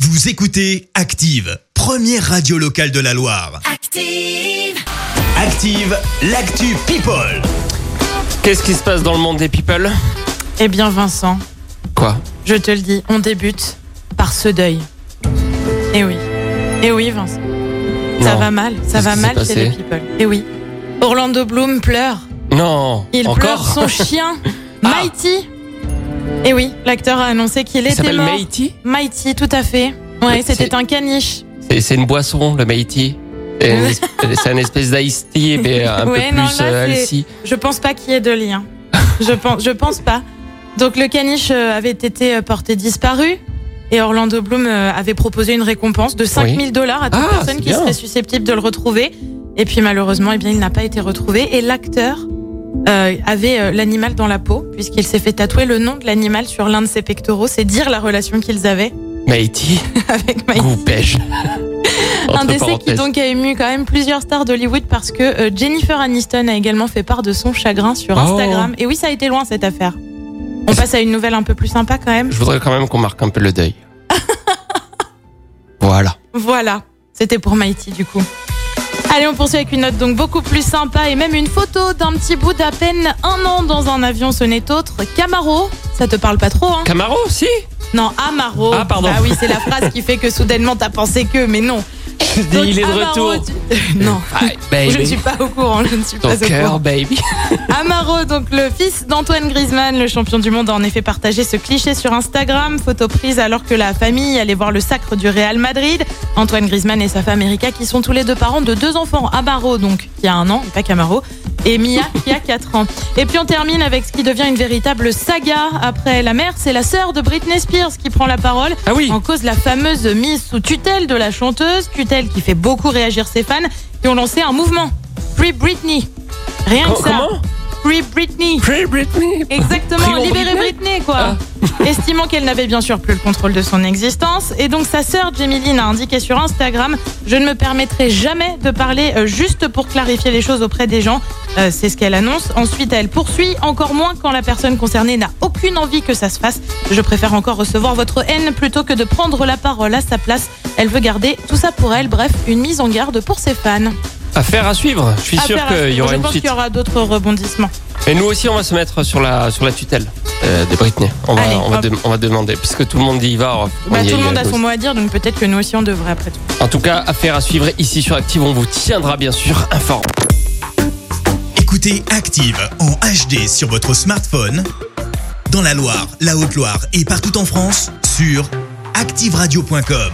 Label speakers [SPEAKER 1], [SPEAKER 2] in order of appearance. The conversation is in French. [SPEAKER 1] Vous écoutez Active, première radio locale de la Loire.
[SPEAKER 2] Active.
[SPEAKER 1] Active, l'actu People.
[SPEAKER 3] Qu'est-ce qui se passe dans le monde des people
[SPEAKER 4] Eh bien Vincent,
[SPEAKER 3] Quoi
[SPEAKER 4] je te le dis, on débute par ce deuil. Eh oui. Eh oui Vincent. Ça
[SPEAKER 3] Non.
[SPEAKER 4] va mal, ça
[SPEAKER 3] Qu'est-ce
[SPEAKER 4] va
[SPEAKER 3] qui
[SPEAKER 4] mal
[SPEAKER 3] s'est
[SPEAKER 4] chez les
[SPEAKER 3] passé
[SPEAKER 4] people. Eh oui. Orlando Bloom pleure.
[SPEAKER 3] Non
[SPEAKER 4] Il pleure
[SPEAKER 3] Encore
[SPEAKER 4] son chien,
[SPEAKER 3] Ah.
[SPEAKER 4] Mighty. Eh oui, l'acteur a annoncé qu'il
[SPEAKER 3] Il
[SPEAKER 4] était
[SPEAKER 3] s'appelle
[SPEAKER 4] mort.
[SPEAKER 3] Meiti
[SPEAKER 4] Mighty, tout à fait. Ouais,
[SPEAKER 3] C'est-
[SPEAKER 4] c'était un caniche.
[SPEAKER 3] C'est c'est une boisson, le Meiti. C'est une esp- c'est une espèce d'ice tea, mais un
[SPEAKER 4] Ouais,
[SPEAKER 3] peu
[SPEAKER 4] non,
[SPEAKER 3] plus
[SPEAKER 4] là,
[SPEAKER 3] euh,
[SPEAKER 4] c'est-
[SPEAKER 3] healthy.
[SPEAKER 4] Je pense pas qu'il y ait de lien. Je pense, je pense pas. Donc le caniche euh, avait été euh, porté disparu et Orlando Bloom euh, avait proposé une récompense de 5000 dollars à toute
[SPEAKER 3] Ah,
[SPEAKER 4] personne
[SPEAKER 3] c'est
[SPEAKER 4] qui
[SPEAKER 3] bien.
[SPEAKER 4] serait susceptible de le retrouver. Et puis malheureusement, eh bien, il n'a pas été retrouvé. Et l'acteur euh, avait euh, l'animal dans la peau puisqu'il s'est fait tatouer le nom de l'animal sur l'un de ses pectoraux. C'est dire la relation qu'ils avaient
[SPEAKER 3] Meiti,
[SPEAKER 4] avec Mike.
[SPEAKER 3] goût pêche.
[SPEAKER 4] Un
[SPEAKER 3] Entre
[SPEAKER 4] décès qui
[SPEAKER 3] parenthèses.
[SPEAKER 4] donc a ému quand même plusieurs stars d'Hollywood parce que euh, Jennifer Aniston a également fait part de son chagrin sur
[SPEAKER 3] Oh.
[SPEAKER 4] Instagram. Et oui, ça a été loin cette affaire. On passe à une nouvelle un peu plus sympa quand même.
[SPEAKER 3] Je voudrais quand même qu'on marque un peu le deuil. voilà.
[SPEAKER 4] Voilà, c'était pour Mighty du coup. Allez, on poursuit avec une note donc beaucoup plus sympa et même une photo d'un petit bout d'à peine un an dans un avion, ce n'est autre Camaro. Ça te parle pas trop, hein
[SPEAKER 3] Camaro, si
[SPEAKER 4] Non, Amaro.
[SPEAKER 3] Ah, pardon.
[SPEAKER 4] Bah oui, c'est la phrase qui fait que soudainement t'as pensé que, mais non. Donc,
[SPEAKER 3] Il est de
[SPEAKER 4] Amaro,
[SPEAKER 3] retour.
[SPEAKER 4] tu- Non.
[SPEAKER 3] Ah, baby.
[SPEAKER 4] Je ne suis pas au courant, je ne suis pas
[SPEAKER 3] Ton
[SPEAKER 4] au courant.
[SPEAKER 3] cœur, baby.
[SPEAKER 4] Amaro, donc le fils d'Antoine Griezmann, le champion du monde, a en effet partagé ce cliché sur Instagram. Photo prise alors que la famille allait voir le sacre du Real Madrid. Antoine Griezmann et sa femme Erika, qui sont tous les deux parents de deux enfants. Amaro, donc, qui a un an, et pas Camaro, et Mia, qui a quatre ans. Et puis on termine avec ce qui devient une véritable saga. Après la mère, c'est la sœur de Britney Spears qui prend la parole.
[SPEAKER 3] Ah oui
[SPEAKER 4] En cause, la fameuse mise sous tutelle de la chanteuse, tutelle qui fait beaucoup réagir ses fans, qui ont lancé un mouvement. Free Britney. Rien
[SPEAKER 3] Com-
[SPEAKER 4] que ça.
[SPEAKER 3] Comment
[SPEAKER 4] Free Britney.
[SPEAKER 3] Free Britney
[SPEAKER 4] Exactement,
[SPEAKER 3] Prions
[SPEAKER 4] libérer
[SPEAKER 3] Britney Ah.
[SPEAKER 4] Britney, quoi. Estimant qu'elle n'avait bien sûr plus le contrôle de son existence. Et donc, sa sœur Jamie Lynn a indiqué sur Instagram Je ne me permettrai jamais de parler euh, juste pour clarifier les choses auprès des gens. Euh, C'est ce qu'elle annonce. Ensuite, elle poursuit Encore moins quand la personne concernée n'a aucune envie que ça se fasse. Je préfère encore recevoir votre haine plutôt que de prendre la parole à sa place. Elle veut garder tout ça pour elle. Bref, une mise en garde pour ses fans.
[SPEAKER 3] Affaire à suivre. Je suis sûr
[SPEAKER 4] Affaire à
[SPEAKER 3] qu'il y
[SPEAKER 4] suivre.
[SPEAKER 3] aura
[SPEAKER 4] Je
[SPEAKER 3] une
[SPEAKER 4] pense
[SPEAKER 3] suite.
[SPEAKER 4] qu'il y aura d'autres rebondissements.
[SPEAKER 3] Et nous aussi, on va se mettre sur la, sur la tutelle euh, de Britney. On va,
[SPEAKER 4] Allez,
[SPEAKER 3] on, va
[SPEAKER 4] hop.
[SPEAKER 3] dem- on va demander, puisque tout le monde y va. on va-
[SPEAKER 4] Bah,
[SPEAKER 3] on y
[SPEAKER 4] tout le
[SPEAKER 3] est,
[SPEAKER 4] monde a
[SPEAKER 3] nous
[SPEAKER 4] son
[SPEAKER 3] aussi.
[SPEAKER 4] mot à dire, donc peut-être que nous aussi on devrait après tout.
[SPEAKER 3] En tout cas, affaire à suivre ici sur Active. On vous tiendra bien sûr informé.
[SPEAKER 1] Écoutez Active en HD sur votre smartphone, dans la Loire, la Haute-Loire et partout en France, sur activeradio.com.